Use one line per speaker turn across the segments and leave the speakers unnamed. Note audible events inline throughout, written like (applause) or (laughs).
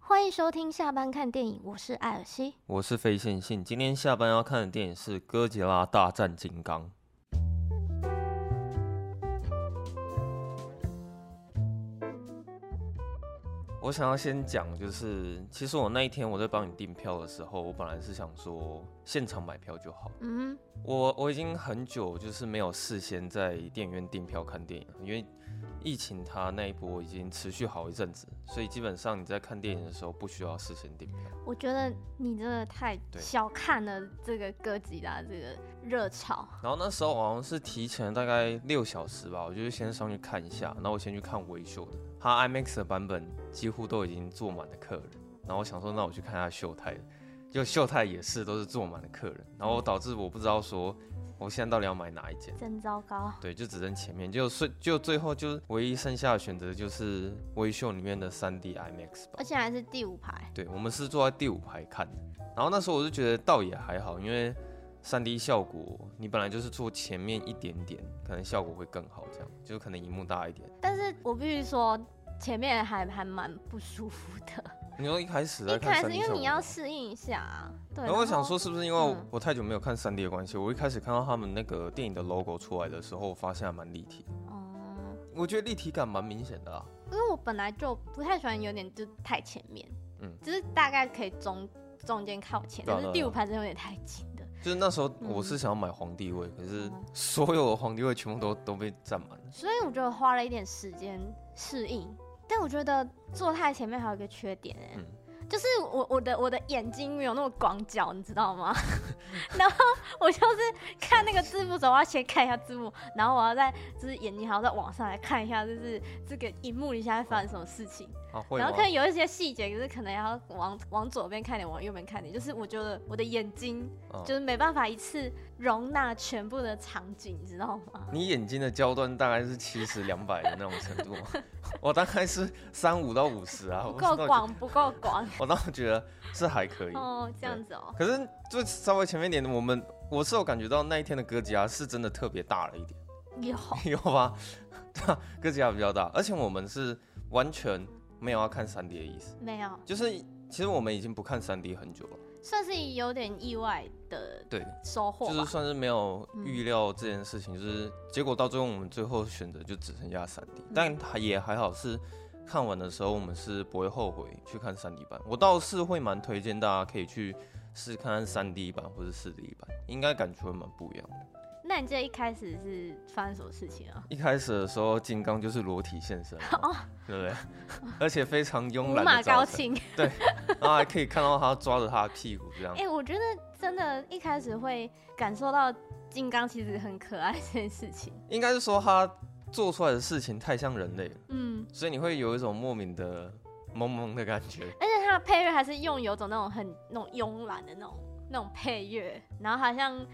欢迎收听下班看电影，我是艾尔西。
我是非线性，今天下班要看的电影是《哥吉拉大战金刚》。我想要先讲，就是其实我那一天我在帮你订票的时候，我本来是想说现场买票就好。
嗯，
我我已经很久就是没有事先在电影院订票看电影了，因为疫情它那一波已经持续好一阵子，所以基本上你在看电影的时候不需要事先订票。
我觉得你真的太
对
小看了这个哥吉拉这个热潮。
然后那时候好像是提前大概六小时吧，我就是先上去看一下，然后我先去看维修的，它 IMAX 的版本几乎都已经坐满了客人，然后我想说那我去看一下秀泰的，就秀泰也是都是坐满了客人，然后导致我不知道说我现在到底要买哪一间。
真糟糕，
对，就只剩前面，就最就最后就唯一剩下的选择就是微秀里面的 3D IMAX 吧
而。且还是第五排。
对，我们是坐在第五排看的。然后那时候我就觉得倒也还好，因为3 D 效果你本来就是坐前面一点点，可能效果会更好，这样就可能荧幕大一点。
但是我必须说，前面还还蛮不舒服的。
你说一开始
一
在看
开
3
始
D
因为
效果
你要适应一下啊。对。
然后我想说，
后，
是不是因为我
嗯
我太久没有看3 D 的关系，我一开始看到他们那个电影的 logo 出来的时候，我发现还蛮立体的，
嗯，
我觉得立体感蛮明显的啊。
因为我本来就不太喜欢有点就太前面，嗯
嗯，
就是大概可以中中间靠前，
对啊
但是
对啊
第五排真的有点太紧的。
就是那时候我
嗯
是想要买皇帝位，可是
嗯
所有的皇帝位全部都都被占满了。
所以我觉得花了一点时间适应，但我觉得坐太前面还有一个缺点哎、
嗯
就是我我的我的眼睛没有那么广角，你知道
(laughs)
吗？然后我就是看那个字幕的时候，我要先看一下字幕，然后我要再就是眼睛还要再往上来看一下，就是这个荧幕里现在发生什么事情，
啊，会
然
吗
后？可能有一些细节，可是可能要往往左边看点，往右边看点，就是我觉得我的眼睛
嗯
就是没办法一次容纳全部的场景，你知道吗？
你眼睛的焦段大概是七十两百的那种程
(laughs)
度吗，我大概是三五到五十啊，
不
我
够
倒觉，
广，不够
(laughs)
广。
我倒觉得是还可以。
哦，这样子哦，
可是就稍微前面一点，我们我是有感觉到那一天的哥吉拉是真的特别大了一点，
有
有吧？ (laughs) 哥吉拉比较大，而且我们是完全没有要看三 D 的意思，
没有？
就是其实我们已经不看三 D 很久了，
算是有点意外的
对，
收获
就是
吧。嗯
算是没有预料这件事情，就是结果到最后我们最后选择就只剩下三
嗯
D，、但还也还好是看完的时候我们是不会后悔去看三 D 版，我倒是会蛮推荐大家可以去试看看三 D 版或是四 D 版，应该感觉会蛮不一样的。
那你记得一开始是发生什么事情啊？
一开始的时候金刚就是裸体现身嘛，对不对？ (laughs) 而且非常慵
五
懒
马
的
哦高
造型，
兴。
然后还可以看到他抓着他的屁股这样
(laughs) 哎、。我觉得真的，一开始会感受到金刚其实很可爱这件事情。
应该是说他做出来的事情太像人类了。
嗯，
所以你会有一种莫名的懵懵的感
(laughs)
觉。
而且它的配乐还是用有种那种很那种慵懒的那种那种配乐，然后好像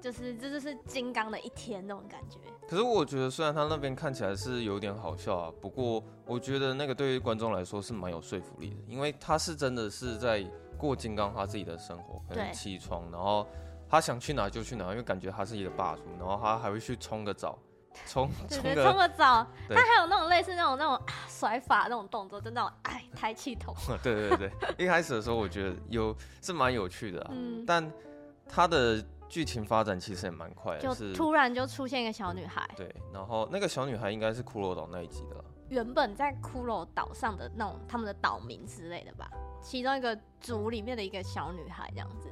就是这就是金刚的一天那种感觉。
可是我觉得，虽然他那边看起来是有点好笑啊，不过我觉得那个对于观众来说是蛮有说服力的，因为他是真的是在过金刚他自己的生活，可
对
能起床，然后他想去哪就去哪，因为感觉他是一个霸主，然后他还会去冲个澡，冲
对
冲
对，冲
个，
个澡，
对
他还有那种类似那种那种、啊、甩法那种动作，就那种哎抬气
(laughs)
筒，
对对对对，一开始的时候我觉得有是蛮有趣的、啊，
嗯，
但他的剧情发展其实也蛮快的，，
就是突然就出现一个小女孩，
对，然后那个小女孩应该是骷髅岛那一集的啦。
原本在骷髅岛上的那种他们的岛民之类的吧，其中一个族里面的一个小女孩这样子，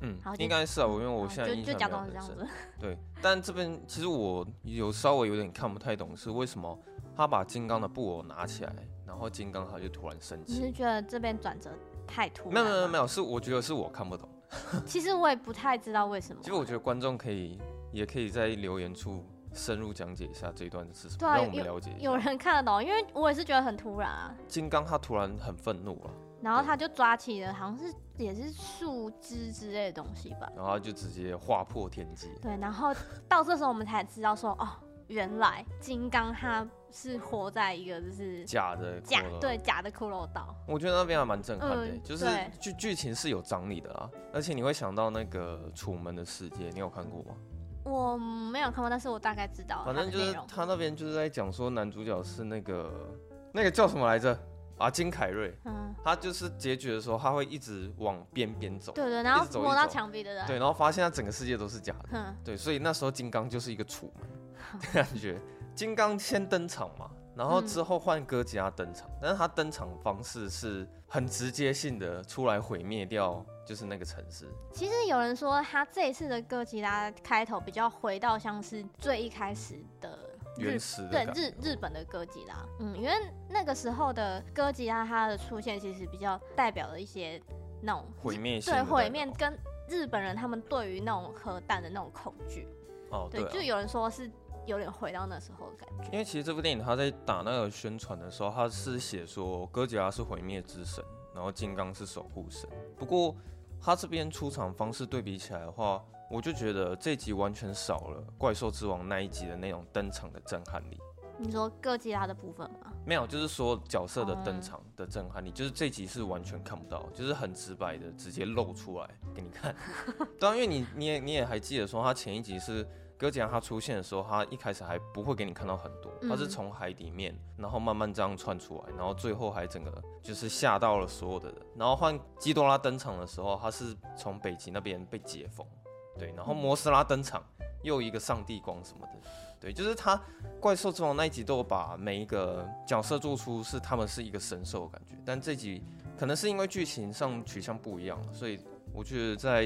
嗯
好，就
应该是啊，我因为我
然后
现在
就
印
就
象
假
没
装是
有很
这样
深
子，
对，但这边其实我有稍微有点看不太懂，是为什么他把金刚的布偶拿起来，然后金刚他就突然生
你是
气？
觉得这边转折太突
没
然
有
吗？
没有没有，是我觉得是我看不懂。
其实我也不太知道为什么
其。实我觉得观众可以也可以在留言处深入讲解一下这一段是什
对
么，
啊
让我们了解一
有
下。
人看得懂，因为我也是觉得很突然啊。
金刚他突然很愤怒了，
然后他就抓起了，好像是也是树枝之类的东西吧。
然后他就直接划破天际。
对，然后到这时候我们才知道说，哦，原来金刚他是活在一个就是
假的
假
骷髅
对假的骷髅岛，
我觉得那边还蛮震撼的、欸
嗯
就是
对
剧剧情是有张力的啊，而且你会想到那个《楚门的世界》，你有看过吗？
我没有看过，但是我大概知道它
反
的
正就
内
是
容。
他那边就是在讲说男主角是那个那个叫什么来着？啊，金凯瑞，
嗯，
他就是结局的时候，他会一直往边边走，
对对，然后
一直走
摸到
一直走
墙壁的人，
对，然后发现他整个世界都是假的，
哼，
对，所以那时候金刚就是一个楚门的 (laughs) 感觉。金刚先登场嘛，然
嗯
后之后换哥吉拉登场，但是他登场方式是很直接性的，出来毁灭掉就是那个城市。
其实有人说他这一次的哥吉拉开头比较回到像是最一开始的日
原始的
对
感
日
觉
日本的哥吉拉，嗯，因为那个时候的哥吉拉它的出现其实比较代表了一些那种
毁灭性
对
的
毁
代
灭
表
跟日本人他们对于那种核弹的那种恐惧，
哦，
对，
对啊、
就有人说是有点回到那时候的感觉，
因为其实这部电影他在打那个宣传的时候，他是写说哥吉拉是毁灭之神，然后金刚是守护神。不过他这边出场方式对比起来的话，我就觉得这集完全少了怪兽之王那一集的那种登场的震撼力。
你说哥吉拉的部分吗？
没有，就是说角色的
哦
登场的震撼力，就是这集是完全看不到，就是很直白的直接露出来给你看。 (laughs) 对啊，因为你你也你也还记得说，他前一集是哥吉拉他出现的时候，他一开始还不会给你看到很多，
嗯
他是从海里面，然后慢慢这样窜出来，然后最后还整个就是吓到了所有的人。然后换基多拉登场的时候，他是从北极那边被解封，对，然后摩斯拉登场。又一个上帝光什么的，对，就是他怪兽之王那一集都有把每一个角色做出是他们是一个神兽的感觉，但这集可能是因为剧情上取向不一样了，所以我觉得在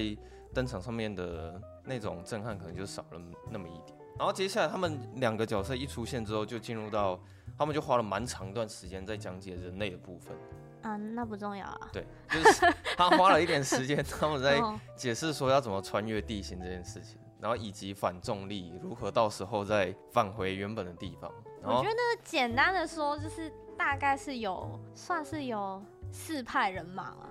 登场上面的那种震撼可能就少了那么一点。然后接下来他们两个角色一出现之后，就进入到他们就花了蛮长一段时间在讲解人类的部分， (laughs)
啊，那不重要啊。
对，就是他花了一点时间，他们在
哦
解释说要怎么穿越地形这件事情，然后以及反重力如何到时候再返回原本的地方。然
我
后
觉得简单的说，就是大概是有算是有四派人马啊，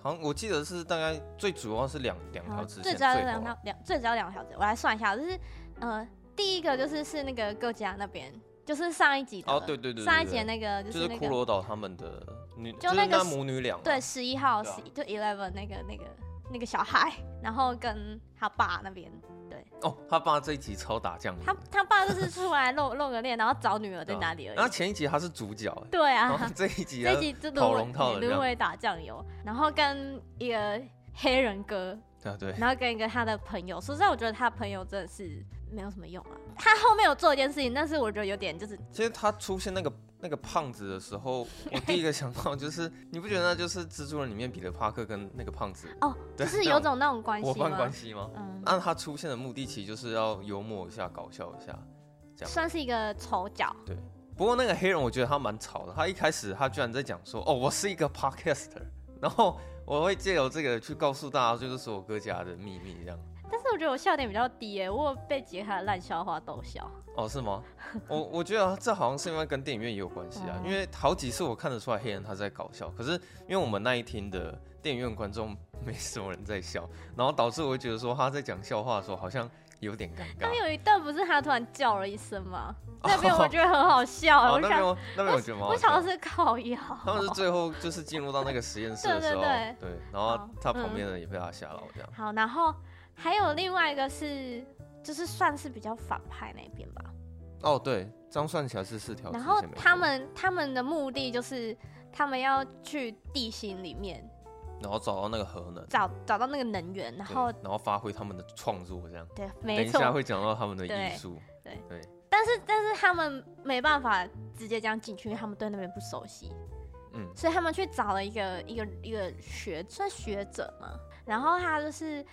好像我记得是大概最主要是两两条支线，
最主要有
嗯后啊
两条两最主要两条直，我来算一下，就是呃第一个就是是那个哥吉拉那边，就是上一集的
哦，对对对对，
上一
对
集的那个就
就是是
那个
骷髅岛他们的女，
就是那个
那母女俩嘛，
对十一号
对啊
十就 eleven 那个那个那个小孩，然后跟他爸那边，
哦，他爸这一集超打酱油
他他爸就是出来露 (laughs) 露个脸，然后找女儿在
对啊
哪里而
然后
已。
前一集他是主角，哎
对
然
啊
后，这一集
这
他
一集就
跑龙套
轮
的
轮
这样
回打酱油，然后跟一个黑人哥，
啊对，
然后跟一个他的朋友。说实在，我觉得他朋友真的是没有什么用啊。他后面有做一件事情，但是我觉得有点就是
其实他出现那个那个胖子的
(laughs)
时候，我第一个想到就是，你不觉得那就是蜘蛛人里面彼得帕克跟那个胖子
哦，
对
就是有种那种关
(laughs) 伙
系吗？
伴关系啊吗？
嗯，
那他出现的目的其实就是要幽默一下、搞笑一下。这样
算是一个丑角。
不过那个黑人，我觉得他蛮吵的。他一开始他居然在讲说：“哦，我是一个 podcaster。”然后我会借由这个去告诉大家，就是说我哥家的秘密这样。
但是我觉得我笑点比较低耶、我有被几个他的烂笑话逗笑。
哦，是
(laughs)
吗？我我觉得这好像是因为跟电影院也有关系啊，
哦
因为好几次我看得出来黑人他在搞笑，可是因为我们那一厅的电影院观众 (laughs) 没什么人在笑，然后导致我会觉得说他在讲笑话的时候好像有点尴尬
但。有一段不是他突然叫了一声
(laughs)
吗？
哦
那边我觉得很好笑、
哦，
我
那边
想
我哦那边我觉得蛮好
我
笑
想
的。
的是靠腰。
他们是最后就是进入到那个实验室的时候，
对
对然后
好嗯
他旁边的人也被他吓到，这样。
好，然后还有另外一个是，就是算是比较反派那边吧。
哦，对，这样算起哦来是四条。
然后他，们他们的目的就是他们要去地心里面
然后找到那个核能，
找找到那个能源，然
对
后
然后发挥他们的创作，这样。
对，
等
没
一下
错，
会讲到他们的
对
艺术，
但是但是他们没办法直接这样进去，因为他们对那边不熟悉，
嗯，
所以他们去找了一个一个一个学算学者嘛，然后他就是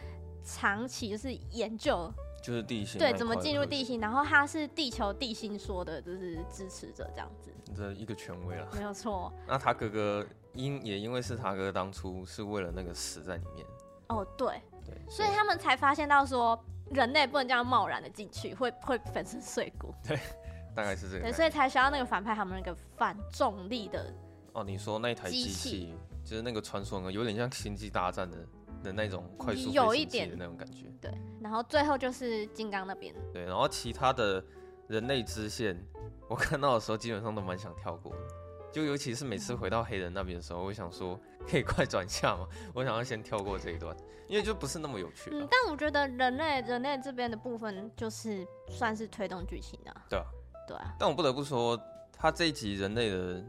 长期就是研究
就是地啊心那
对
一块的特色。
怎么进入地心，然后他是地球地心说的就是支持者这样
(laughs)
子，
的一个权威了。
没有错
那他哥哥因也因为是他哥当初是为了那个死在里面，
哦，对，
对，
所以他们才发现到说。人类不能这样贸然的进去，会会粉身碎骨。
大概是这个概
对，
念。
所以才需要那个反派他们那个反重力的，
哦，你说那一台
机
机
器
器就是那个传说呢，有点像星际大战的的那种快速
有
飞
一
行器
点
的那种感觉。
对。然后最后就是金刚那边，
对，然后其他的人类支线，我看到的时候基本上都蛮想跳过的，就尤其是每次回到黑人那边的时候，我想说可以快转下吗？我想要先跳过这一段，因为就不是那么有趣啊了。
嗯，但我觉得人类人类这边的部分就是算是推动剧情的、
对啊，
对啊，
但我不得不说，他这一集人类的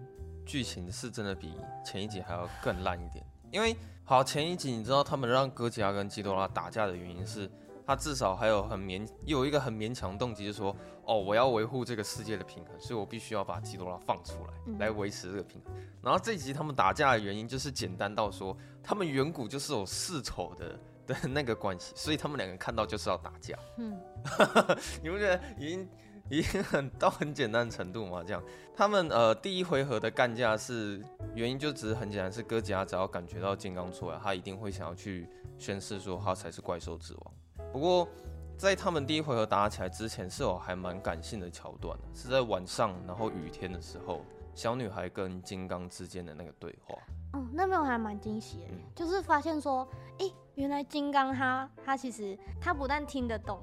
剧情是真的比前一集还要更烂一点。因为好前一集你知道他们让哥吉拉跟基多拉打架的原因是，他至少还有很勉有一个很勉强动机，就是说哦我要维护这个世界的平衡，所以我必须要把基多拉放出来
嗯
来维持这个平衡。然后这一集他们打架的原因就是简单到说他们远古就是有世仇的。的那个关系，所以他们两个看到就是要打架，
嗯，
(laughs) 你不觉得已经已经很到很简单的程度吗？这样，他们呃第一回合的干架是原因就只是很简单，是哥吉拉只要感觉到金刚出来，他一定会想要去宣誓说他才是怪兽之王。不过在他们第一回合打起来之前，是有还蛮感性的桥段的，是在晚上然后雨天的时候，小女孩跟金刚之间的那个对话。
哦，那边我还蛮惊喜的
嗯，
就是发现说，诶，原来金刚他他其实他不但听得懂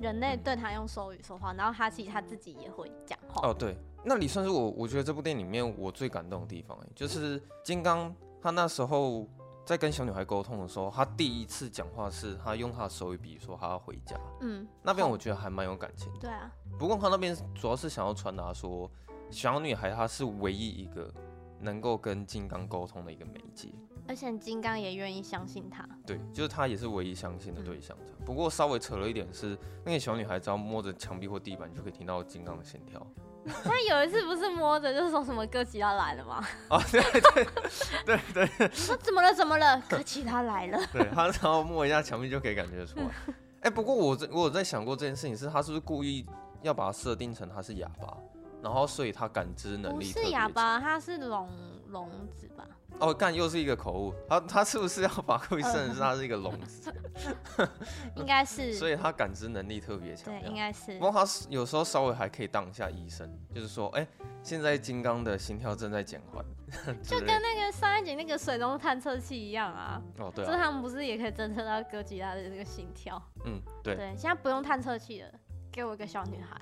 人类
嗯
对他用手语说话，然后他其实他自己也会讲话。
哦，对，那里算是我我觉得这部电影里面我最感动的地方、欸，就是金刚他那时候在跟小女孩沟通的时候，他第一次讲话是他用他的手语比说他要回家，
嗯，
那边我觉得还蛮有感情的。
对啊，
不过他那边主要是想要传达说，小女孩她是唯一一个能够跟金刚沟通的一个媒介。
而且金刚也愿意相信他。
对，就是她也是唯一相信的对象这样。不过稍微扯了一点是，那个小女孩只要摸着墙壁或地板就可以听到金刚的心跳。
他有一次不是摸着就说什么哥吉拉来了吗？ (laughs)
啊，对对对对，
说怎么了怎么了，哥吉拉来了。
对 (laughs) 他，然后摸一下墙壁就可以感觉
(laughs)
得出来。哎、不过我这我有在想过这件事情，是他是不是故意要把它设定成他是哑巴，然后所以他感知能
不
力特别
是哑
强
巴，他是聋聋子吧？
哦，干又是一个口误。他他是不是要把
(laughs)
故意
哦
设成是他是一个聋子，
应该是，
嗯所以他感知能力特别强
对，
这
应
样？
该是
不。过他是有时候稍微还可以当一下医生，就是说，哎、现在金刚的心跳正在减缓， (laughs)
就
就
跟那个上一集那个水中探测器一样啊，
哦对
这、
啊，
他们不是也可以侦测到哥吉拉的这个心跳？
嗯对，
对，现在不用探测器了，给我一个小女孩。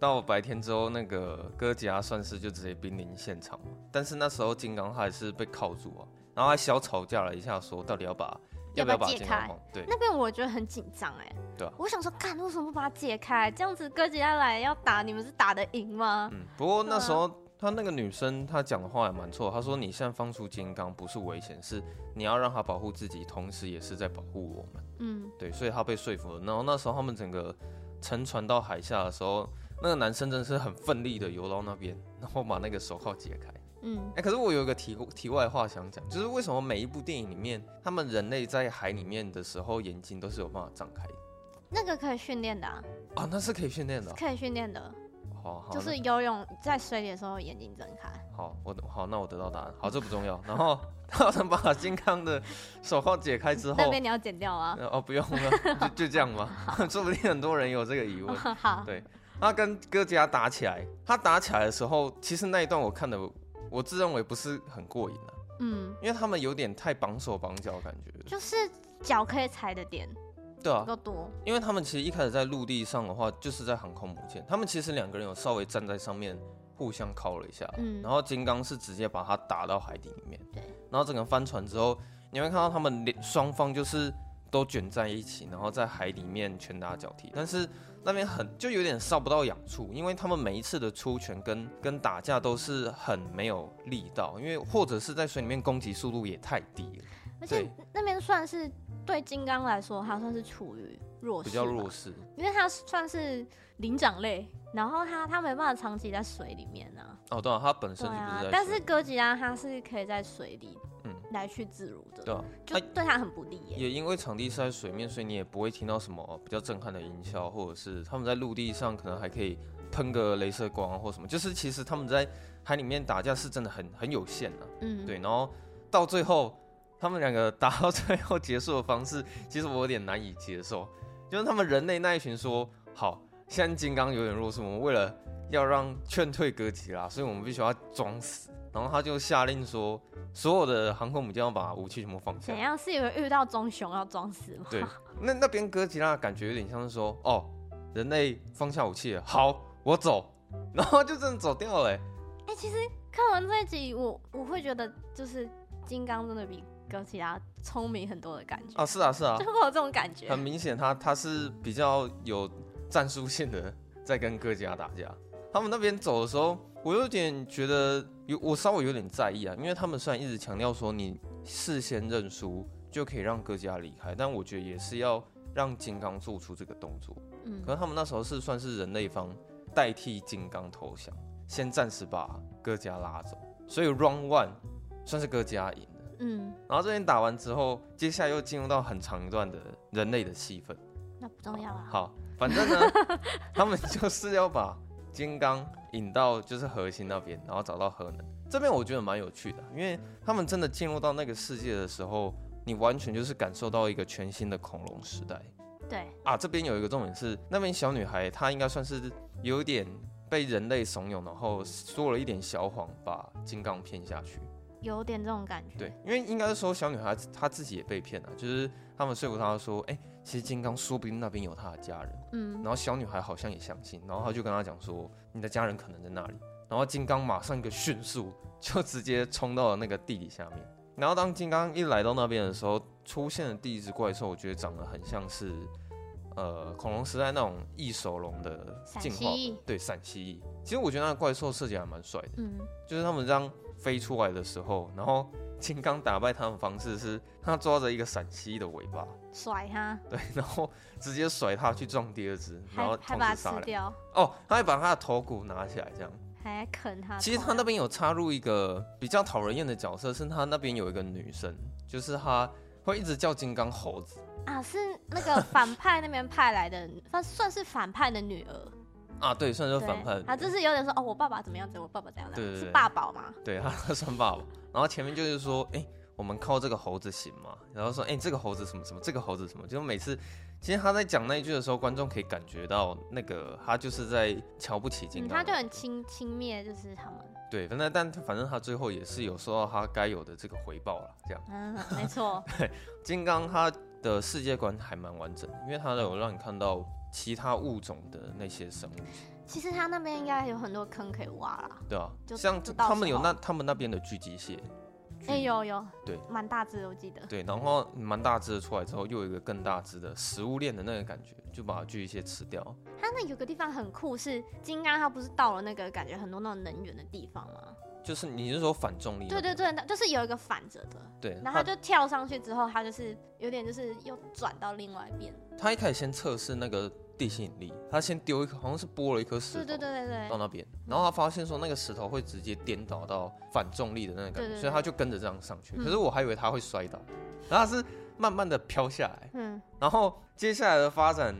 到白天之后，那个哥吉拉算是就直接濒临现场嘛。但是那时候金刚他还是被铐住啊，然后还小吵架了一下，说到底要把
要不
不要
要
把
解
金刚
开
放？对，
那边我觉得很紧张哎，
对啊
我想说，干为什么不把它解开？这样子哥吉拉来要打，你们是打得赢吗？
嗯。不过
对啊
那时候他那个女生她讲的话也蛮错，她说你现在放出金刚不是危险，是你要让他保护自己，同时也是在保护我们。
嗯，
对，所以他被说服了。然后那时候他们整个沉船到海下的时候，那个男生真的是很奋力的游到那边，然后把那个手铐解开。
嗯
哎、可是我有一个题题外话想讲，就是为什么每一部电影里面，他们人类在海里面的时候，眼睛都是有办法张开的
那个可以训练的、啊，
啊？那是可以训练的哦、
可以训练的，
好好，
就是
那
游泳在水里的时候眼睛睁开。
好，我好，那我得到答案。好，这不重要。然后他们把 (laughs) 金刚的手铐解开之
那
后，
边你要剪掉啊。
呃哦，不用了，就就这
(laughs)
样吧。 (laughs) 说不定很多人有这个疑问。
好，
对他跟哥吉拉打起来，他打起来的时候，其实那一段我看的，我自认为不是很过瘾啊，
嗯，
因为他们有点太绑手绑脚的感觉。
就是脚可以踩的点
对啊
不，够多。
因为他们其实一开始在陆地上的话，就是在航空母舰，他们其实两个人有稍微站在上面互相靠了一下，
嗯
然后金刚是直接把他打到海底里面，
对，
然后整个翻船之后，你会看到他们连双方就是都卷在一起，然后在海里面拳打脚踢，但是那边很就有点烧不到痒处，因为他们每一次的出拳跟跟打架都是很没有力道，因为或者是在水里面攻击速度也太低了，
而且
对，
那边算是对金刚来说，它算是处于弱势，
比较弱，势，
因为它算是灵长类，然后它它没办法长期在水里面啊。
哦，对啊，他本身
对
就不
啊
是在，
但
水
是哥吉拉它是可以在水里，
嗯
来去自如的，
对啊，
就
哎
对它很不利耶。
也因为场地是在水面，所以你也不会听到什么比较震撼的音效，或者是他们在陆地上可能还可以喷个镭射光啊或什么。就是其实他们在海里面打架是真的很很有限的、
嗯，
对，，然后到最后，他们两个 (laughs) 打到最后结束的方式，其实我有点难以接受。就是他们人类那一群说，好，现在金刚有点弱势，我们为了要让劝退哥吉拉，所以我们必须要装死。然后他就下令说，所有的航空母舰要把武器全部放下
怎。样是有遇到棕熊要装死吗？
对， (laughs) 那那边哥吉拉感觉有点像是说，哦，人类放下武器了，好，我走， (laughs) 然后就真的走掉了欸。
哎、其实看完这一集，我我会觉得就是金刚真的比哥吉拉聪明很多的感觉，
啊，是啊，是啊
就，会有这种感觉。
很明显他他是比较有战术性的在跟哥吉拉打架。他们那边走的时候，我有点觉得有我稍微有点在意啊，因为他们虽然一直强调说你事先认输就可以让哥吉拉离开，但我觉得也是要让金刚做出这个动作。
嗯
可，能他们那时候是算是人类方代替金刚投降，先暂时把哥吉拉拉走，所以 Round One 算是哥吉拉赢了。
嗯，
然后这边打完之后，接下来又进入到很长一段的人类的戏份。
那不重要啊。
好，反正呢，他们就是要把金刚引到就是核心那边，然后找到核能。这边我觉得蛮有趣的，啊因为他们真的进入到那个世界的时候，你完全就是感受到一个全新的恐龙时代。
对，
啊，这边有一个重点是，那边小女孩她应该算是有点被人类怂恿，然后说了一点小谎，把金刚骗下去。
有点这种感觉。
对，因为应该是说小女孩她自己也被骗了，啊就是他们说服她说，哎、其实金刚说不定那边有她的家人。然
嗯，
后小女孩好像也相信，然后她就跟她讲说，你的家人可能在那里。然后金刚马上一个迅速就直接冲到了那个地底下面。然后当金刚一来到那边的时候，出现的第一只怪兽，我觉得长得很像是，呃，恐龙时代那种异手龙的
陕
进化
西，
对，陕西翼。其实我觉得那个怪兽设计还蛮帅的，
嗯，
就是他们这样飞出来的时候，然后金刚打败他们的方式是，他抓着一个陕西翼的尾巴， (laughs)
甩它，
对，然后直接甩它去撞第二只，然后
还还
同
把它
时杀
吃
两只。
掉，
哦，他还把他的头骨拿起来，这样。
还啃它。
其实他那，边有插入一个比较讨人厌的角色，是他那边有一个女生，就是他会一直叫金刚猴子
啊，是那个反派那边派来的， (laughs) 算算是反派的女儿。
啊，对，算是
对
反派。
啊，就是有点说哦，我爸爸怎么样子，我爸爸怎样怎
对
样，
对
是
对
爸宝嘛？嗯
对他他 (laughs) 算爸爸。然后前面就是说，哎、我们靠这个猴子行吗？然后说，哎、这个猴子什么什么，这个猴子什么，就是每次。其实他在讲那一句的时候，观众可以感觉到那个他就是在瞧不起金
嗯，
刚
他
的地
就
方、
很轻轻蔑，就是他们。
对，反正但反正他最后也是有收到他该有的这个回报了，这样。
嗯，没错，
金刚它的世界观还蛮完整的，因为它有让你看到其他物种的那些生物，
其实他那边应该有很多坑可以挖啦。
对啊，
就
像
就到时候
他们有那他们那边的巨机蟹，
哎、
巨
有有，
对
蛮大只的，我记得。
对，然后蛮大只的出来之后，又有一个更大只的食物链的那个感觉，就把巨蟹吃掉。
它那有个地方很酷，是金刚，它不是到了那个感觉很多那种能源的地方吗？
就是你是说反重力那
对对
边？
对，就是有一个反着的，
对，
然后他
他
就跳上去之后，他就是有点就是又转到另外一边。
他一开始先测试那个地心引力，他先丢一颗，好像是拨了一颗石
对
头
对对对
到
对，
那边，然后他发现说那个石头会直接颠倒到反重力的那个感
对
觉，
对
所以他就跟着这样上去。
嗯
可是我还以为他会摔倒，然后他是慢慢的飘下来。
嗯，
然后接下来的发展，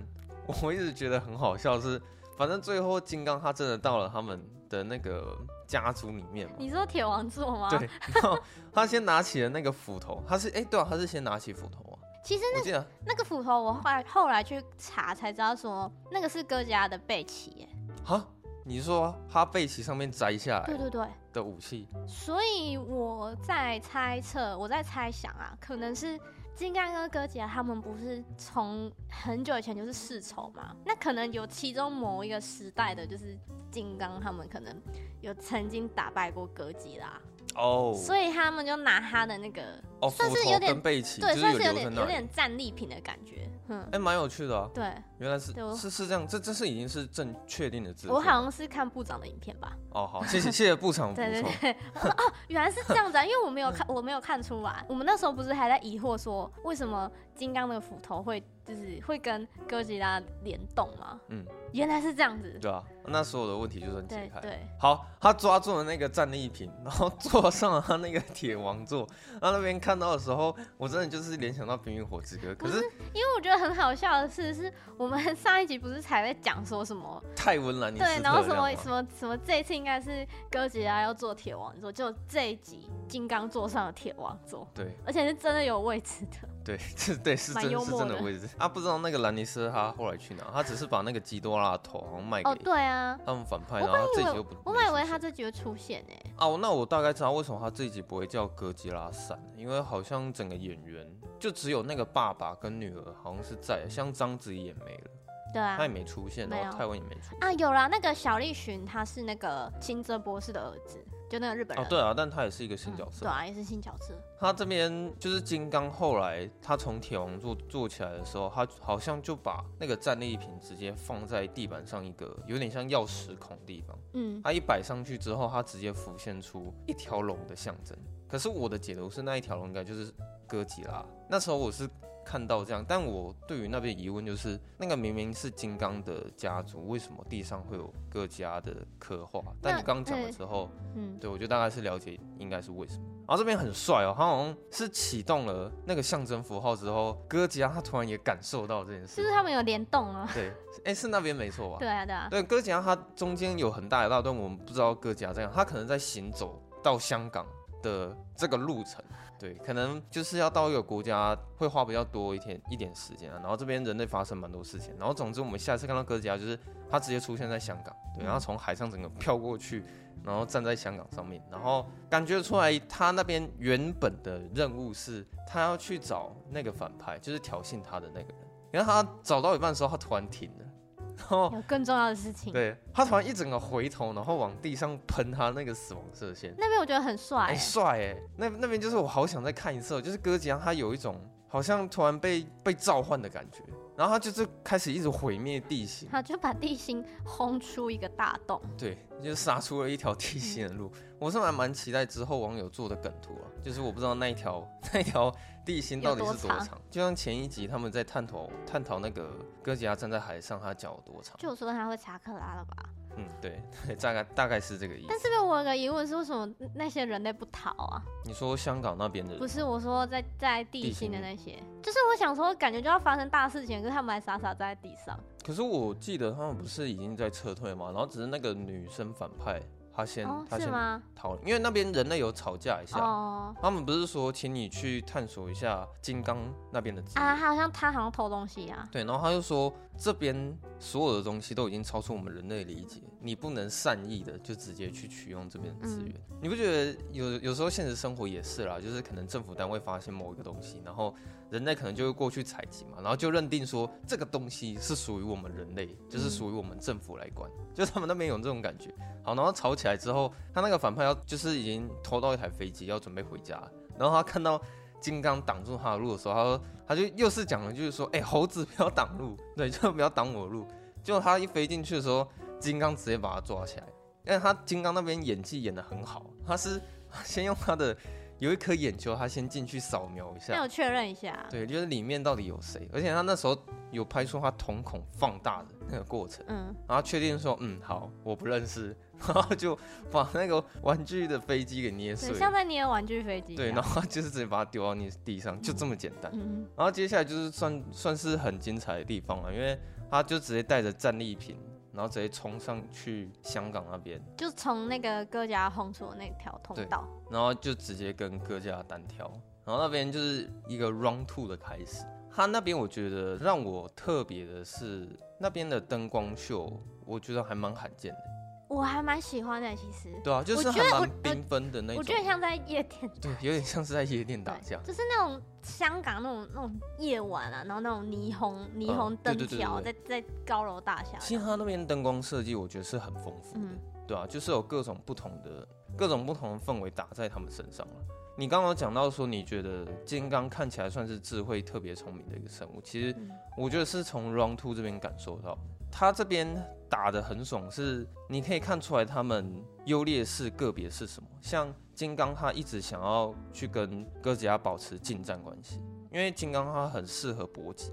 我一直觉得很好笑是，反正最后金刚他真的到了他们的那个家族里面嘛。
你说铁王座吗？
对， (laughs) 然后他先拿起了那个斧头，他是哎、对啊，他是先拿起斧头啊，
其实
我记得
那个斧头，我后来后来去查才知道说，那个是哥吉拉的背鳍耶。
哈，你说他背鳍上面摘下
对
来
对对，
的武器，
所以我在猜测，我在猜想啊，可能是金刚跟哥吉拉他们不是从很久以前就是世仇嘛？那可能有其中某一个时代的，就是金刚他们可能有曾经打败过哥吉拉，
哦
所以他们就拿他的那个，
哦，
算
斧
是
头
有点
跟背鳍就
对，算是有
留在
点
那
有
里，
点战利品的感觉。嗯，
哎，蛮有趣的啊，
对
原来是
对我
是是这样，这这是已经是正确定的资料。
我好像是看部长的影片吧？
哦，好，谢谢谢谢部长补
(laughs) 对对
充。
对，我说哦，原来是这样子啊，因为我没有看，我没有看出来。我们那时候不是还在疑惑说，为什么金刚的斧头会就是会跟哥吉拉联动吗？
嗯，
原来是这样子。
对啊，那所有的问题就算解
对
开。
对，
好，他抓住了那个战利品，然后坐上了他那个铁王座。他那边看到的时候，我真的就是联想到《冰与火之歌》，可是
因为我觉得很好笑的是，是我们 (laughs) 上一集不是才在讲说什么
泰文兰尼斯特
对，然后什么
这样
什
吗
么什么，这一次应该是哥吉拉要做铁王座，就这一集金刚坐上了铁王座，
对
而且是真的有位置的。
对，是对是
蛮
真
幽
是
默
真的
的
位置啊！不知道那个兰尼斯特他后来去哪？他只是把那个基多拉的头好像卖
哦，
给
对啊，
他们反派，
我
然后他
以
自己
为
又不。
我本
没
来以
出
为
现
他这集会出现哎、
哦，那我大概知道为什么他这一集不会叫哥吉拉三，因为好像整个演员就只有那个爸爸跟女儿好像是在，像章子怡也没了，
对啊，
他也没出现，
没有
然后泰文也没出现。
啊，有啦，那个小栗旬他是那个青泽博士的儿子，就那个日本
哦
人。，
对啊，但他也是一个
嗯
新角色
对。啊，也是新角色。
他这边就是金刚，后来他从铁王座做起来的时候，他好像就把那个战利品直接放在地板上一个有点像钥匙孔的地方。
嗯，
他一摆上去之后，他直接浮现出一条龙的象征。可是我的解读是，那一条龙应该就是哥吉拉。那时候我是看到这样，但我对于那边疑问就是，那个明明是金刚的家族，为什么地上会有哥吉拉的刻画？但
那
你刚刚讲了
嗯
之后，
嗯，
对，我就大概是了解应该是为什么。然后这边很帅哦，他好像是启动了那个象征符号之后，哥吉拉他突然也感受到这件
是
事
不是。他们有联动啊？
对，哎，是那边没错吧？
对啊，对啊，
对，哥吉拉它中间有很大一大段，我们不知道哥吉拉这样，它可能在行走到香港的这个路程，对，可能就是要到一个国家会花比较多一天一点时间啊。然后这边人类发生蛮多事情，然后总之我们下次看到哥吉拉就是它直接出现在香港，对，然后从海上整个飘过去，然后站在香港上面，然后感觉出来他那边原本的任务是他要去找那个反派，就是挑衅他的那个人。然后他找到一半的时候，他突然停了，然后
有更重要的事情。
哦对他突然一整个回头，然后往地上喷他那个死亡射线，
那边我觉得很帅欸
哎，帅哎！那那边就是我好想再看一次哦，就是哥吉拉他有一种好像突然被被召唤的感觉，然后他就是开始一直毁灭地形，
(laughs) 他就把地心轰出一个大洞。
对，就是杀出了一条地形的路。我是还蛮期待之后网友做的梗图啊，就是我不知道那一条 (laughs) 那一条地形到底是多
有多
长，就像前一集他们在探讨探讨那个哥吉拉站在海上他脚有多长，
就说他会查克拉了吧？
嗯，对， (laughs) 大概大概是这个意思
但。这边我有个疑问是，为什么那些人类不逃啊？
你说香港那边的人
不是我说在在地
地
心
心
的
的
那些，就是我想说，感觉就要发生大事情，可是他们还傻傻站在地上。
可是我记得他们不是已经在撤退吗？然后只是那个女生反派，她先、
哦，
她
是
先
吗？
逃，因为那边人类有吵架一下。
哦
他们不是说请你去探索一下金刚那边的资源、
啊，好像他好像偷东西啊。
对，然后他就说这边所有的东西都已经超出我们人类理解，你不能善意的就直接去取用这边的资源。你不觉得有有时候现实生活也是啦，就是可能政府单位发现某一个东西，然后人类可能就会过去采集嘛，然后就认定说这个东西是属于我们人类，就是属于我们政府来管，就是他们那边有这种感觉。好，然后吵起来之后，他那个反派要就是已经偷到一台飞机，要准备回家了，然后他看到金刚挡住他的路的时候，他说他就又是讲了，就是说，哎、猴子不要挡路， (laughs) 对，就不要挡我路。结果他一飞进去的时候，金刚直接把他抓起来。但他金刚那边演技演得很好，他是 (laughs) 先用他的有一颗眼球，他先进去扫描一
那
下
我，确认一下，
对，就是里面到底有谁。而且他那时候有拍出他瞳孔放大的那个过程，
嗯，
然后确定说，嗯，好，我不认识， (laughs) 然后就把那个玩具的飞机给捏碎
对，
了，
像在捏玩具飞机一
对，
样
然后他就是直接把它丢到你地上，就这么简单。
嗯，
然后接下来就是算算是很精彩的地方了，因为他就直接带着战利品，然后直接冲上去香港那边，
就从那个哥家轰出的那条通道，
然后就直接跟哥家单挑，然后那边就是一个 round two 的开始。他那边我觉得让我特别的是那边的灯光秀，我觉得还蛮罕见的。
我还蛮喜欢的。其实，
对啊，就是
我觉
还
得
蛮
我
缤纷的那
我
种
觉，得像在夜店
对，有点像是在夜店
对
打架。
就是那种香港那种那种夜晚啊，然后那种霓虹霓虹灯
对对对
条在
嗯对
在高楼大厦，
其实他那边灯光设计，我觉得是很丰富的，
嗯
对啊，就是有各种不同的、各种不同的氛围打在他们身上了。你刚刚有讲到说，你觉得金刚看起来算是智慧特别聪明的一个生物，其实
嗯
我觉得是从 Round Two 这边感受到，他这边打得很爽，是你可以看出来他们优劣势个别是什么。像金刚，他一直想要去跟哥吉拉保持近战关系，因为金刚他很适合搏击，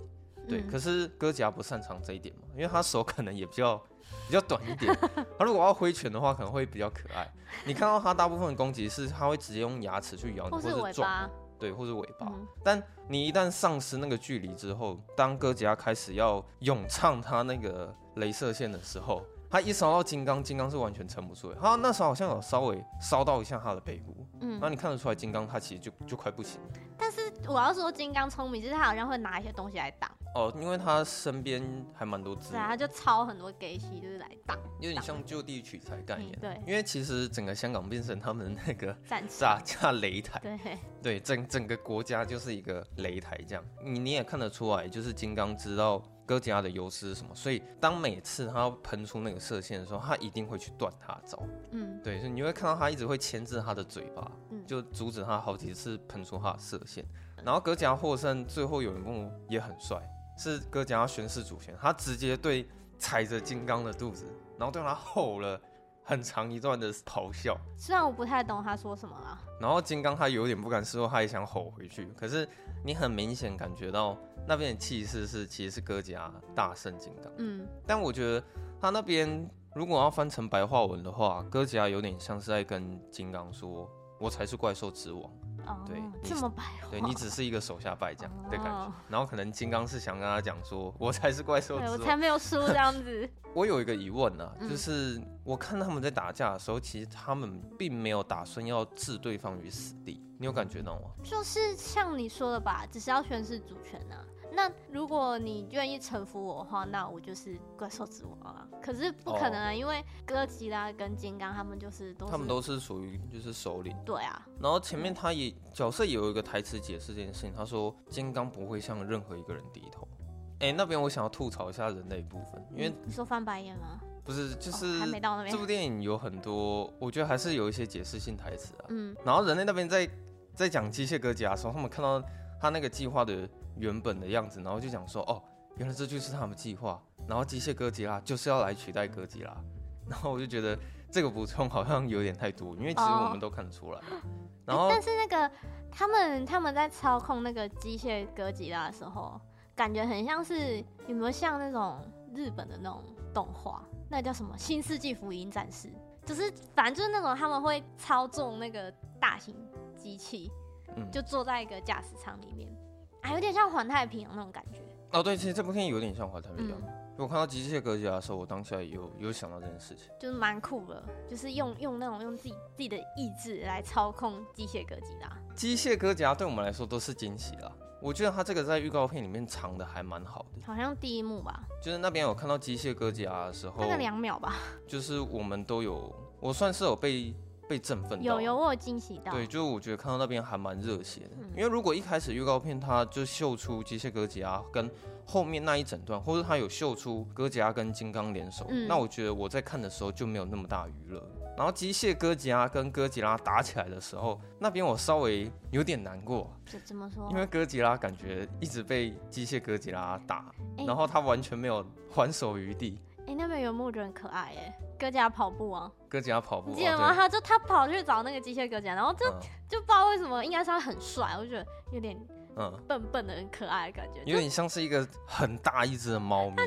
对，
嗯
可是哥吉拉不擅长这一点嘛，因为他手可能也比较比较短一点。
(laughs)
他如果要挥拳的话，可能会比较可爱。你看到他大部分的攻击是他会直接用牙齿去咬你，
或
或
是尾
撞，
巴，
对，或是尾巴。
嗯，
但你一旦丧失那个距离之后，当哥吉拉开始要咏唱他那个镭射线的时候，他一烧到金刚，金刚是完全撑不住的。他那时候好像有稍微烧到一下他的背部，
嗯
然后你看得出来，金刚他其实就就快不行了。
我要说金刚聪明，就是他好像会拿一些东西来挡，
哦，因为他身边还蛮多资
对啊，
源
他，就抄很多给息，就是来挡
有点像就地取材概念
嗯。对
因为其实整个香港变成他们那个
战士。
炸架擂台，
对，
对，整整个国家就是一个擂台这样。你你也看得出来，就是金刚知道哥吉拉的优势是什么，所以当每次他要喷出那个射线的时候，他一定会去断他的招。
嗯
对，所以你会看到他一直会牵制他的嘴巴，
嗯
就阻止他好几次喷出他的射线。然后哥吉拉获胜，最后有人跟我也很帅，是哥吉拉宣誓主权，他直接对踩着金刚的肚子，然后对他吼了很长一段的咆哮。
虽然我不太懂他说什么啦，
然后金刚他有点不甘示弱，他也想吼回去，可是你很明显感觉到那边的气势是其实是哥吉拉大胜金刚。
嗯
但我觉得他那边如果要翻成白话文的话，哥吉拉有点像是在跟金刚说：“我才是怪兽之王，
哦，
对你
这
是
么白话，
对你只是一个手下败将
哦
的感觉。”然后可能金刚是想跟他讲说：“我才是怪兽
对我
之
才
王。
没有输这样子，”
我有一个疑问啊，
嗯
就是我看他们在打架的时候，其实他们并没有打算要置对方于死地，你有感觉到吗？
(laughs) 就是像你说的吧，只是要宣誓主权啊。那如果你愿意臣服我的话，那我就是怪兽之王啊。可是不可能啊，因为哥吉拉跟金刚他们就是都是
他们都是属于就是首领。
对啊，
然后前面他也角色也有一个台词解释这件事情，他说金刚不会向任何一个人低头。哎，那边我想要吐槽一下人类部分，因为
你说翻白眼吗？
不是就是、
哦还没到那边
这部电影有很多，我觉得还是有一些解释性台词啊。
嗯
然后人类那边在在讲机械哥吉拉的时候，他们看到他那个计划的原本的样子，然后就讲说，哦，原来这就是他们计划，然后机械哥吉拉就是要来取代哥吉拉。 (laughs) 然后我就觉得这个补充好像有点太多，因为其实
哦
我们都看
(laughs)
得出来啊。然后
但是那个他们他们在操控那个机械哥吉拉的时候，感觉很像是有没有像那种日本的那种动画，那叫什么《新世纪福音战士》，就是反正就是那种他们会操纵那个大型机器，
嗯
就坐在一个驾驶舱里面，啊，有点像环太平洋那种感觉。
哦，对，其实这部片有点像《华太平洋》
嗯，
我看到《机械哥吉拉》的时候，我当下也有有想到这件事情。
就是蛮酷的，就是用用那种用自己自己的意志来操控机械哥吉拉。
机械哥吉拉对我们来说都是惊喜啦。我觉得他这个在预告片里面藏的还蛮好的，
好像第一幕吧，
就是那边有看到机械哥吉拉的时候
大，概两秒吧，
就是我们都有，我算是有被被振奋到，
有有我有惊喜到。
对，就是我觉得看到那边还蛮热血的，
嗯
因为如果一开始预告片它就秀出机械哥吉拉跟后面那一整段，或者它有秀出哥吉拉跟金刚联手，
嗯
那我觉得我在看的时候就没有那么大娱乐。然后机械哥吉拉跟哥吉拉打起来的时候，那边我稍微有点难过，
这怎么说
因？为哥吉拉感觉一直被机械哥吉拉打，
哎
然后他完全没有还手余地。
哎、那边有木觉得很可爱耶，哥吉拉跑步啊，
哥吉拉跑步，
你
哦
记得吗？
对
他就他跑去找那个机械哥吉拉，然后就、
嗯
就不知道为什么，应该是他很帅，我就觉得有点
嗯，
笨笨的、很可爱的感觉，
有
就
点像是一个很大一只的猫咪。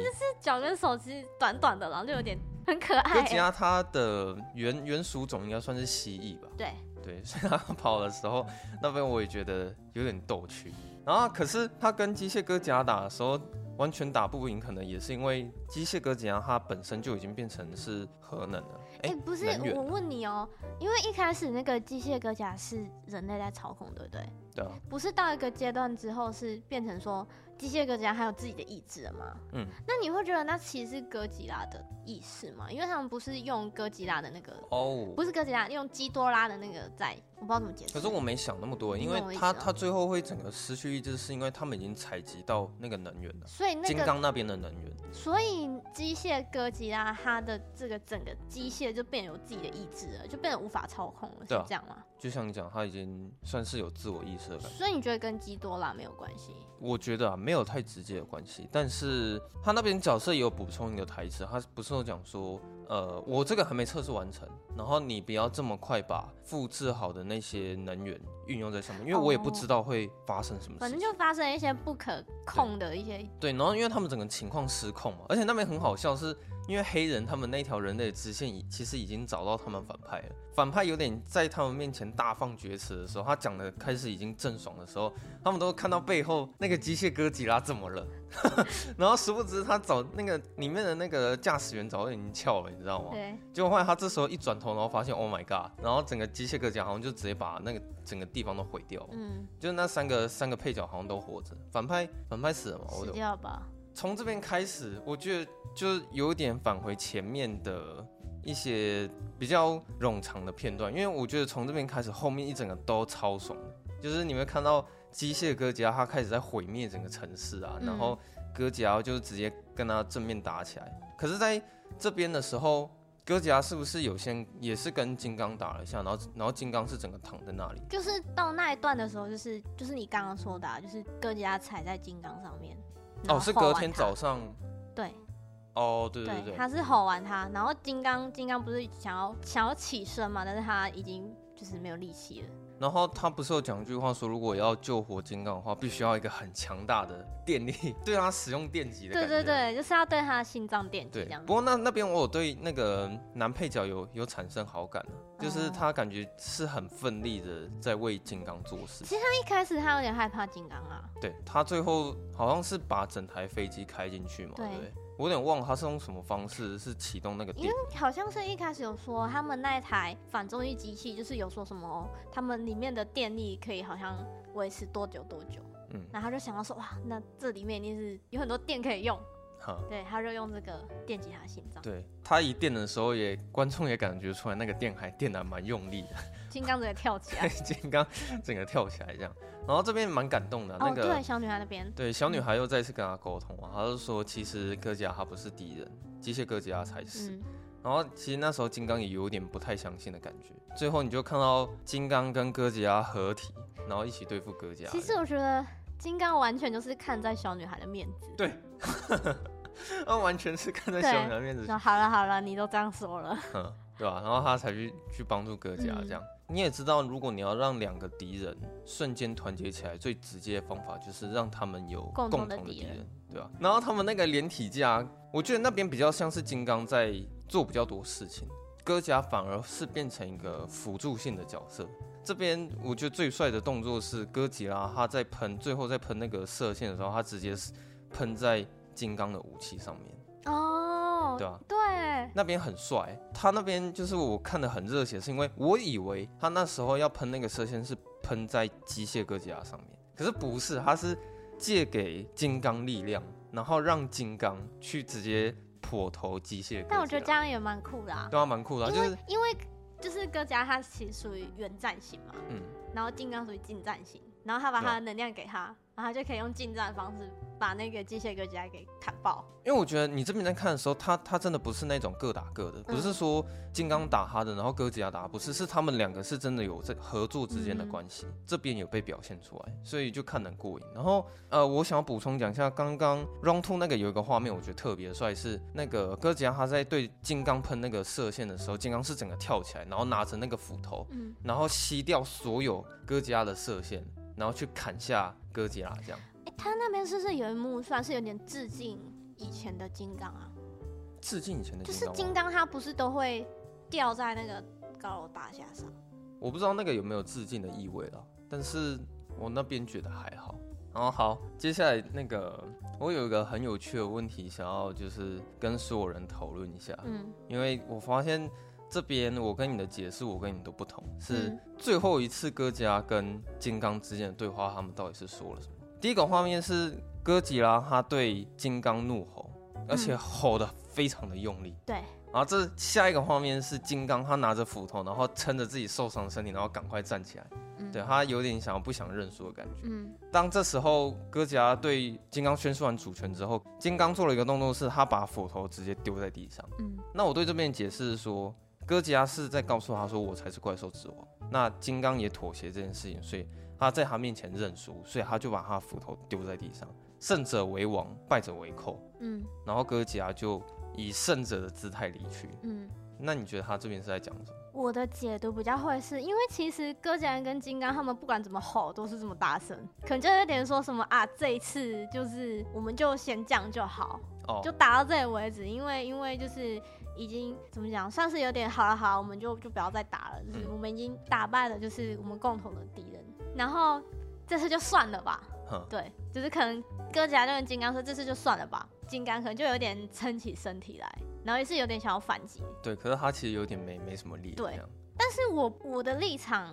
脚跟手其实短短的，然后就有点很可爱
哥吉
耶。
拉它的原原属种应该算是蜥蜴吧？
对，
对，所以它 (laughs) 跑的时候，那边我也觉得有点逗趣。然后可是它跟机械哥吉拉打的时候，完全打不赢，可能也是因为机械哥吉拉它本身就已经变成是核能了。
哎、不是
能，源
我问你哦、因为一开始那个机械哥吉拉是人类在操控，对不对？
对啊，
不是到一个阶段之后是变成说机械哥吉拉还有自己的意志了吗？
嗯，
那你会觉得那其实是哥吉拉的意识吗？因为他们不是用哥吉拉的那个
哦。
不是哥吉拉，用基多拉的那个在，我不知道怎么解释。
可是我没想那么多，
你
因
懂
为
我意思
它
吗
它最后会整个失去意志，是因为他们已经采集到那个能源了，
所以那
金
个，
刚那边的能源。
所以机械哥吉拉它的这个整个机械就变得有自己的意志了，就变得无法操控了，是
对啊
这样吗？
就像你讲，它已经算是有自我意识的感觉。
所以你觉得跟基多拉没有关系？
我觉得啊，没有太直接的关系，但是他那边角色也有补充一个台词，他不是有讲说，呃，我这个还没测试完成，然后你不要这么快把复制好的那些能源运用在上面，因为我也不知道会发生什么
哦反
事
正
情。
就发生了一些不可控的一些，
对，然后因为他们整个情况失控嘛，而且那边很好笑是，因为黑人他们那条人类的支线已其实已经找到他们反派了，反派有点在他们面前大放厥词的时候，他讲的开始已经郑爽的时候，他们都看到背后那个机械哥吉拉怎么了， (laughs) 然后殊不知他早那个里面的那个驾驶员早就已经翘了，你知道吗？
对，
结果后来他这时候一转头，然后发现 Oh my God，然后整个机械哥吉拉好像就直接把那个整个地方都毁掉了，
嗯，
就是那三个三个配角好像都活着，反派反派死了嘛，我
死
有
掉吧。
从这边开始，我觉得就是有点返回前面的一些比较冗长的片段，因为我觉得从这边开始，后面一整个都超爽的，就是你会看到机械哥吉拉他开始在毁灭整个城市啊，
嗯
然后哥吉拉就是直接跟他正面打起来。可是在这边的时候，哥吉拉是不是有先也是跟金刚打了一下，然后然后金刚是整个躺在那里？
就是到那一段的时候，就是就是你刚刚说的、啊，就是哥吉拉踩在金刚上面。然
哦，
后
是
吼
隔
完
天
他
早上。
对
哦，对对
对，
对，
他是吼完他，然后金刚金刚不是想要想要起身嘛，但是他已经就是没有力气了。
然后他不是有讲一句话说，如果要救活金刚的话，必须要一个很强大的电力， (laughs) 对他使用电击的感
对
觉。
对对，就是要对他的心脏电击
对
这样
不
子。
过那那边我有对那个男配角有有产生好感啊
哦
就是他感觉是很奋力的在为金刚做事。
那一开始他有点害怕金刚啊，
对他最后好像是把整台飞机开进去嘛，对
对
不对？我有点忘了他是用什么方式是启动那个电
因为，好像是一开始有说他们那一台反重力机器，就是有说什么他们里面的电力可以好像维持多久多久，
嗯，
然后他就想到说哇，那这里面一定是有很多电可以用，
哈，
对，他就用这个电击他的心脏。
对他一电的时候也观众也感觉出来那个电还电的蛮用力的。
金刚直
(laughs)
接跳起来。
金刚整个跳起来这样。然后这边蛮感动的啊、
哦，
那个、
对，嗯小女孩那边，
对小女孩又再次跟他沟通啊，她就说其实哥吉拉他不是敌人，机械哥吉拉才是。
嗯，
然后其实那时候金刚也有点不太相信的感觉。最后你就看到金刚跟哥吉拉合体，然后一起对付哥吉拉。
其实
(laughs)
我觉得金刚完全就是看在小女孩的面子。
对那完全是看在
对
小女孩面子
说
上，
好了好了，你都这样说
(laughs)
了，
嗯对吧、然后他才去去帮助哥吉拉这样。你也知道，如果你要让两个敌人瞬间团结起来，最直接的方法就是让他们有
共
共同
同
的
的
敌
敌人
人，对吧、然后他们那个连体架，我觉得那边比较像是金刚在做比较多事情，哥吉拉反而是变成一个辅助性的角色。这边我觉得最帅的动作是哥吉拉，他在喷最后在喷那个射线的时候，他直接是喷在金刚的武器上面，
哦，
对吧、啊
对，
那边很帅，他那边就是我看的很热血，是因为我以为他那时候要喷那个射线是喷在机械哥吉拉上面，可是不是，他是借给金刚力量，然后让金刚去直接破头机械哥吉拉。
但我觉得这样也蛮酷的、啊，
啊对啊，蛮酷的啊、
因
就
为、
是
因为就是哥吉拉他其实属于远战型嘛，
嗯，
然后金刚属于近战型，然后他把
对啊
他的能量给他，然后他就可以用近战的方式把那个机械哥吉拉给砍爆。
因为我觉得你这边在看的时候，他他真的不是那种各打各
嗯
的，不是说金刚打他的，然后哥吉拉打他，不是，是他们两个是真的有在合作之间的
嗯
关系，这边有被表现出来，所以就看得很过瘾。然后呃，我想要补充讲一下，刚刚 Round Two 那个有一个画面，我觉得特别帅，是那个哥吉拉他在对金刚喷那个射线的时候，金刚是整个跳起来，然后拿着那个斧头，
嗯，
然后吸掉所有哥吉拉的射线，然后去砍下哥吉拉这样。
哎，他那边是不是有一幕算是有点致敬以前的金刚啊？
致敬以前的
就
金
是
刚吗，
金刚它不是都会掉在那个高楼大厦上？
我不知道那个有没有致敬的意味了，但是我那边觉得还好。然后好，接下来那个我有一个很有趣的问题，想要就是跟所有人讨论一下，
嗯，
因为我发现这边我跟你的解释，我跟你都不同，是
嗯
最后一次哥吉拉跟金刚之间的对话，他们到底是说了什么？第一个画面是哥吉拉他对金刚怒吼，而且
嗯
吼的非常的用力，
对，
然后这下一个画面是金刚，他拿着斧头，然后撑着自己受伤的身体，然后赶快站起来。
嗯
对，他有点想要不想认输的感觉。
嗯，
当这时候哥吉拉对金刚宣誓完主权之后，金刚做了一个动作，是他把斧头直接丢在地上。
嗯，
那我对这边解释是说，哥吉拉是在告诉他说我才是怪兽之王。那金刚也妥协这件事情，所以他在他面前认输，所以他就把他斧头丢在地上。胜者为王，败者为寇。
嗯，
然后哥吉拉就以胜者的姿态离去。
嗯。
那你觉得他这边是在讲什么？
我的解读比较会是因为其实哥吉拉跟金刚他们不管怎么吼都是这么大声，可能就有点说什么啊，这一次就是我们就先这样就好，
哦，
就打到这里为止，因为因为就是已经怎么讲，算是有点好了好了，我们就就不要再打了，就是
嗯
我们已经打败了，就是我们共同的敌人，然后这次就算了吧，
哼，
对，就是可能哥吉拉就跟金刚说这次就算了吧，金刚可能就有点撑起身体来，然后也是有点想要反击，
对，可是他其实有点没没什么力量。
对但是我我的立场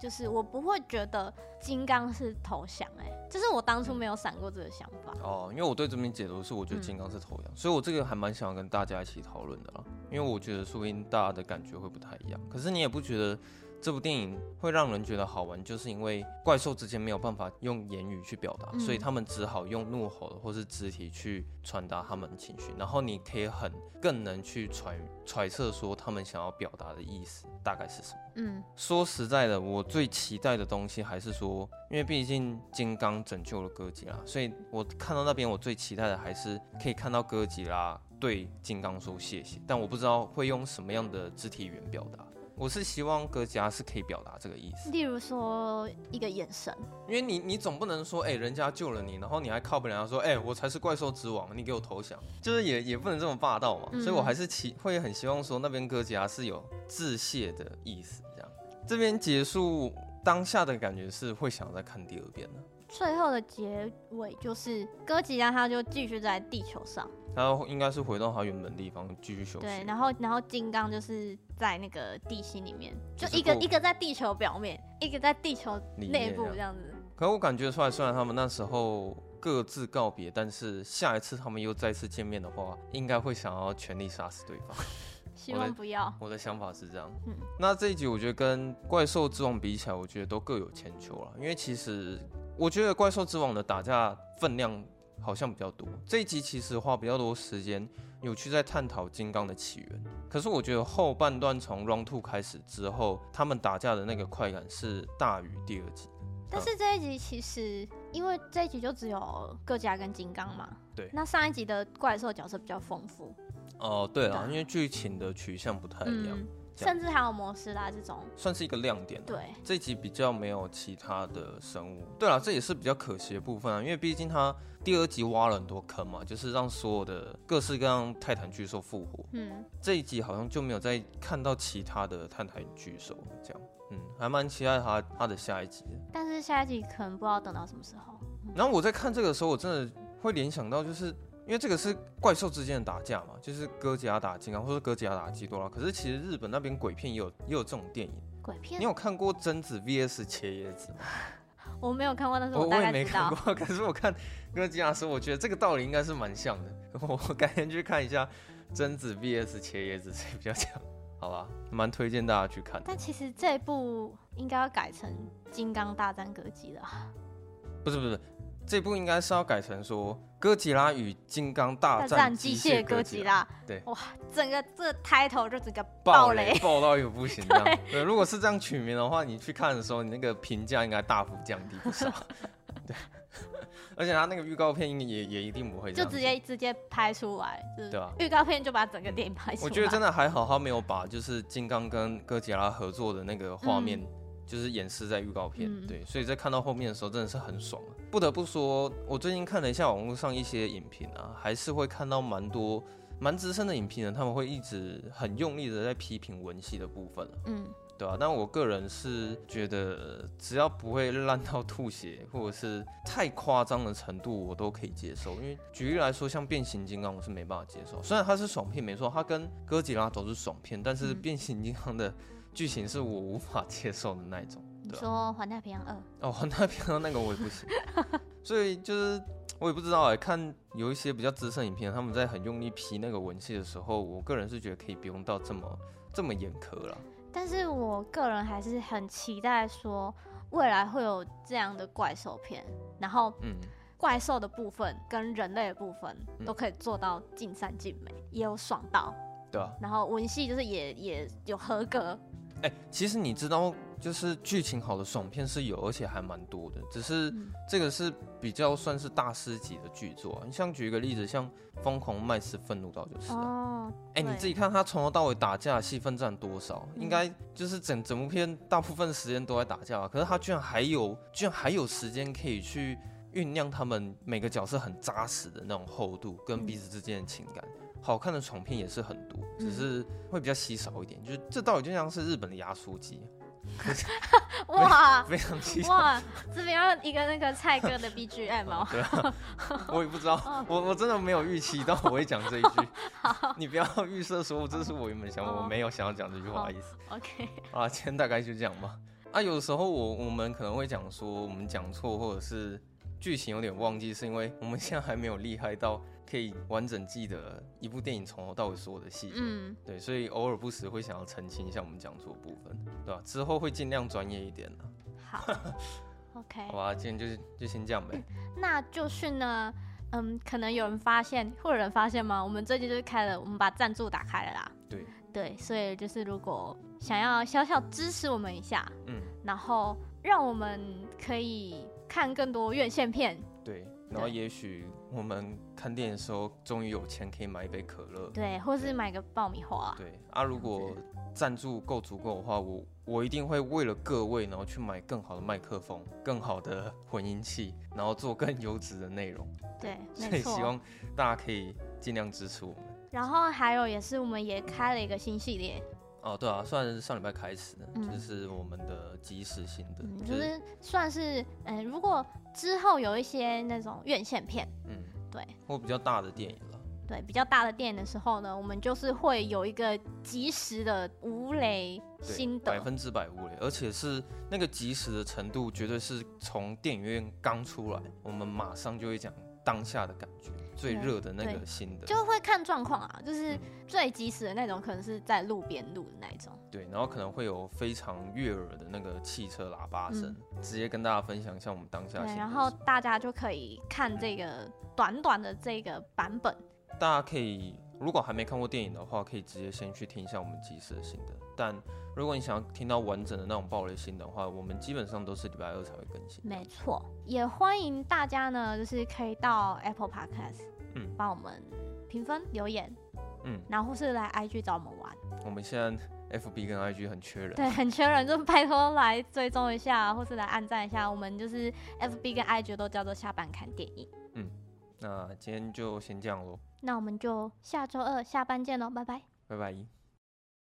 就是我不会觉得金刚是投降、哎，就是我
嗯
当初没有闪过这个想法。
哦，因为我对这边解读是，我觉得
嗯
金刚是头羊，所以我这个还蛮想要跟大家一起讨论的啦。因为我觉得说不定大家的感觉会不太一样，可是你也不觉得这部电影会让人觉得好玩，就是因为怪兽之间没有办法用言语去表达，
嗯
所以他们只好用怒吼或是肢体去传达他们的情绪。然后你可以很更能去揣揣测说他们想要表达的意思大概是什么。
嗯
说实在的，我最期待的东西还是说，因为毕竟金刚拯救了哥吉拉，所以我看到那边我最期待的还是可以看到哥吉拉对金刚说谢谢，但我不知道会用什么样的肢体语言表达。我是希望哥吉拉是可以表达这个意思，
例如说一个眼神，
因为你你总不能说，哎、人家救了你，然后你还靠不人家说，哎、我才是怪兽之王，你给我投降，就是也也不能这么霸道嘛。
嗯
所以我还是期会很希望说，那边哥吉拉是有致谢的意思，这样。这边结束当下的感觉是会想再看第二遍的，
最后的结尾就是哥吉拉他就继续在地球上，
然后应该是回到他原本地方继续休息。
对，然后然后金刚就是在那个地心里面，就
就是
一个
过
一个在地球表面，一个在地球
里
内
面啊
部
这样
这样子。
可我感觉出来，虽然他们那时候各自告别，但是下一次他们又再次见面的话，应该会想要全力杀死对方。
希
我
望
的
不要，
我的想法是这样。
嗯
那这一集我觉得跟《怪兽之王》比起来，我觉得都各有千秋了。因为其实我觉得《怪兽之王》的打架分量好像比较多，这一集其实花比较多时间有去在探讨金刚的起源。可是我觉得后半段从 Round Two 开始之后，他们打架的那个快感是大于第二集。
但是这一集其实，因为这一集就只有各家跟金刚嘛，
对
那上一集的怪兽角色比较丰富，
哦、对
对
了
啊，
因为剧情的取向不太一样，
嗯，
这样
甚至还有摩斯拉这种，
算是一个亮点啦。
对，
这一集比较没有其他的生物。对了，这也是比较可惜的部分啊，因为毕竟它第二集挖了很多坑嘛，就是让所有的各式各样泰坦巨兽复活。
嗯，
这一集好像就没有再看到其他的泰坦巨兽这样。嗯，还蛮期待它它的下一集的。
但是下一集可能不知道等到什么时候，
然后我在看这个时候，我真的会联想到，就是因为这个是怪兽之间的打架嘛，就是哥吉拉打金刚，或者哥吉拉打基多拉。可是其实日本那边鬼片也有也有这种电影。
鬼片
你有看过贞子 VS 切椰子吗？
我没有看过，但是
我
大
也
概
没
知
看
道，
过， (laughs) 可是我看哥吉拉说，我觉得这个道理应该是蛮像的。 (laughs) 我改天去看一下贞子 VS 切椰子谁比较强，好吧？蛮推荐大家去看的。
但其实这部应该要改成《金刚大战歌姬》了，
不是不是，这部应该是要改成说哥吉拉与金刚大
战
战
机
械
械
哥
哥
吉
吉
拉，
拉，
对
哇，整个这 title 就整个
爆
爆
雷
雷，
爆到一个不行这
(laughs)
样。对，如果是这样取名的话，你去看的时候，你那个评价应该大幅降低不少。 (laughs) 对，而且他那个预告片应该也也一定不会这
就
样子，
直接直接拍出来，就是
对啊
预告片就把整个电影拍出来，
我觉得真的还好，他没有把就是金刚跟哥吉拉合作的那个画面
嗯，
就是演示在预告片。
嗯
对，所以在看到后面的时候真的是很爽、啊。不得不说，我最近看了一下网络上一些影评啊，还是会看到蛮多蛮资深的影评人，他们会一直很用力的在批评文戏的部分、啊、
嗯。
对啊，但我个人是觉得，只要不会烂到吐血，或者是太夸张的程度，我都可以接受。因为举例来说，像变形金刚，我是没办法接受。虽然它是爽片没错，它跟哥吉拉都是爽片，但是
嗯
变形金刚的剧情是我无法接受的那一种。
你
对啊
说《环太平洋二》，
哦，那边的那个我也不行，所以就是我也不知道哎、看有一些比较资深影片，他们在很用力批那个文戏的时候，我个人是觉得可以不用到这么这么严苛了。
但是我个人还是很期待说未来会有这样的怪兽片，然后
嗯。
怪兽的部分跟人类的部分
嗯
都可以做到尽善尽美，也有爽到，
对啊，
然后文戏就是也也有合格，
哎、其实你知道，就是剧情好的爽片是有，而且还蛮多的。只是
嗯
这个是比较算是大师级的剧作、啊。你像举一个例子，像《疯狂麦斯愤怒岛》就是、啊。
哦，
哎、你
对
自己看他从头到尾打架的戏份占多少？
嗯
应该就是整整部片大部分时间都在打架、啊，可是他居然还有，居然还有时间可以去酝酿他们每个角色很扎实的那种厚度跟
嗯
彼此之间的情感。好看的爽片也是很多，只
嗯
是会比较稀少一点。就是这到底就像是日本的压缩机，
哇
非常稀少。
哇，这边要一个那个蔡哥的 BGM 哦， (laughs)
对啊，我也不知道，我我真的没有预期到我会讲这
(laughs)
一句。你不要预设说这是我原本想法，
哦
我没有想要讲这句话的意思。
OK，
啊，今天大概就这样吧。啊，有时候我我们可能会讲说我们讲错，或者是剧情有点忘记，是因为我们 (laughs) 现在还没有厉害到可以完整记得一部电影从头到尾所有的细节。
嗯，
对，所以偶尔不时会想要澄清一下我们讲错的部分，对吧、之后会尽量专业一点的、
(laughs) 好，OK
好。吧？今天就是就先这样呗。
那就是呢，嗯，可能有人发现，会有人发现吗？我们最近就是开了，我们把赞助打开了啦。
对
对，所以就是如果想要小小支持我们一下，
嗯，
然后让我们可以看更多院线片，
对，然后也许我们看电影的时候，终于有钱可以买一杯可乐。
对，或是买个爆米花，
对啊，如果赞助够足够的话，我我一定会为了各位，然后去买更好的麦克风、更好的 (laughs) 混音器，然后做更优质的内容。
对，
所 (laughs)
没
以希
错。
望大家可以尽量支持我们。
然后还有也是，我们也开了一个新系列，
哦，对啊，算是上礼拜开始的，
嗯
就是我们的即时性的，
嗯，就
就
是是算是嗯，如果之后有一些那种院线片，
嗯，
对，
或比较大的电影了。
对比较大的电影的时候呢，我们就是会有一个及时的无雷
对
心
百
得，
分之百无雷，而且是那个及时的程度，绝对是从电影院刚出来，我们马上就会讲当下的感觉，最
对
热的那
对
个心得。
就会看状况啊，就是
嗯
最及时的那种，可能是在路边录的那一种。
对，然后可能会有非常悦耳的那个汽车喇叭声，直接跟大家分享一下我们当下
嗯对啊
的，心得
然后
是什么
大家就可以看这个短短的这个版本。
大家可以如果还没看过电影的话，可以直接先去听一下我们即时的心得。但如果你想要听到完整的那种暴雷心得的话，我们基本上都是礼拜二才会更新。
没错，也欢迎大家呢，就是可以到 Apple Podcast，
嗯
帮我们评分留言，
嗯，
然后或是来 IG 找我们玩。
我们现在 FB 跟 IG 很缺人，
对，很缺人，就拜托来追踪一下，或是来按赞一下。我们就是 FB 跟 IG 都叫做下班看电影。
那今天就先这样喽，
那我们就下周二下班见喽，拜拜。
拜拜。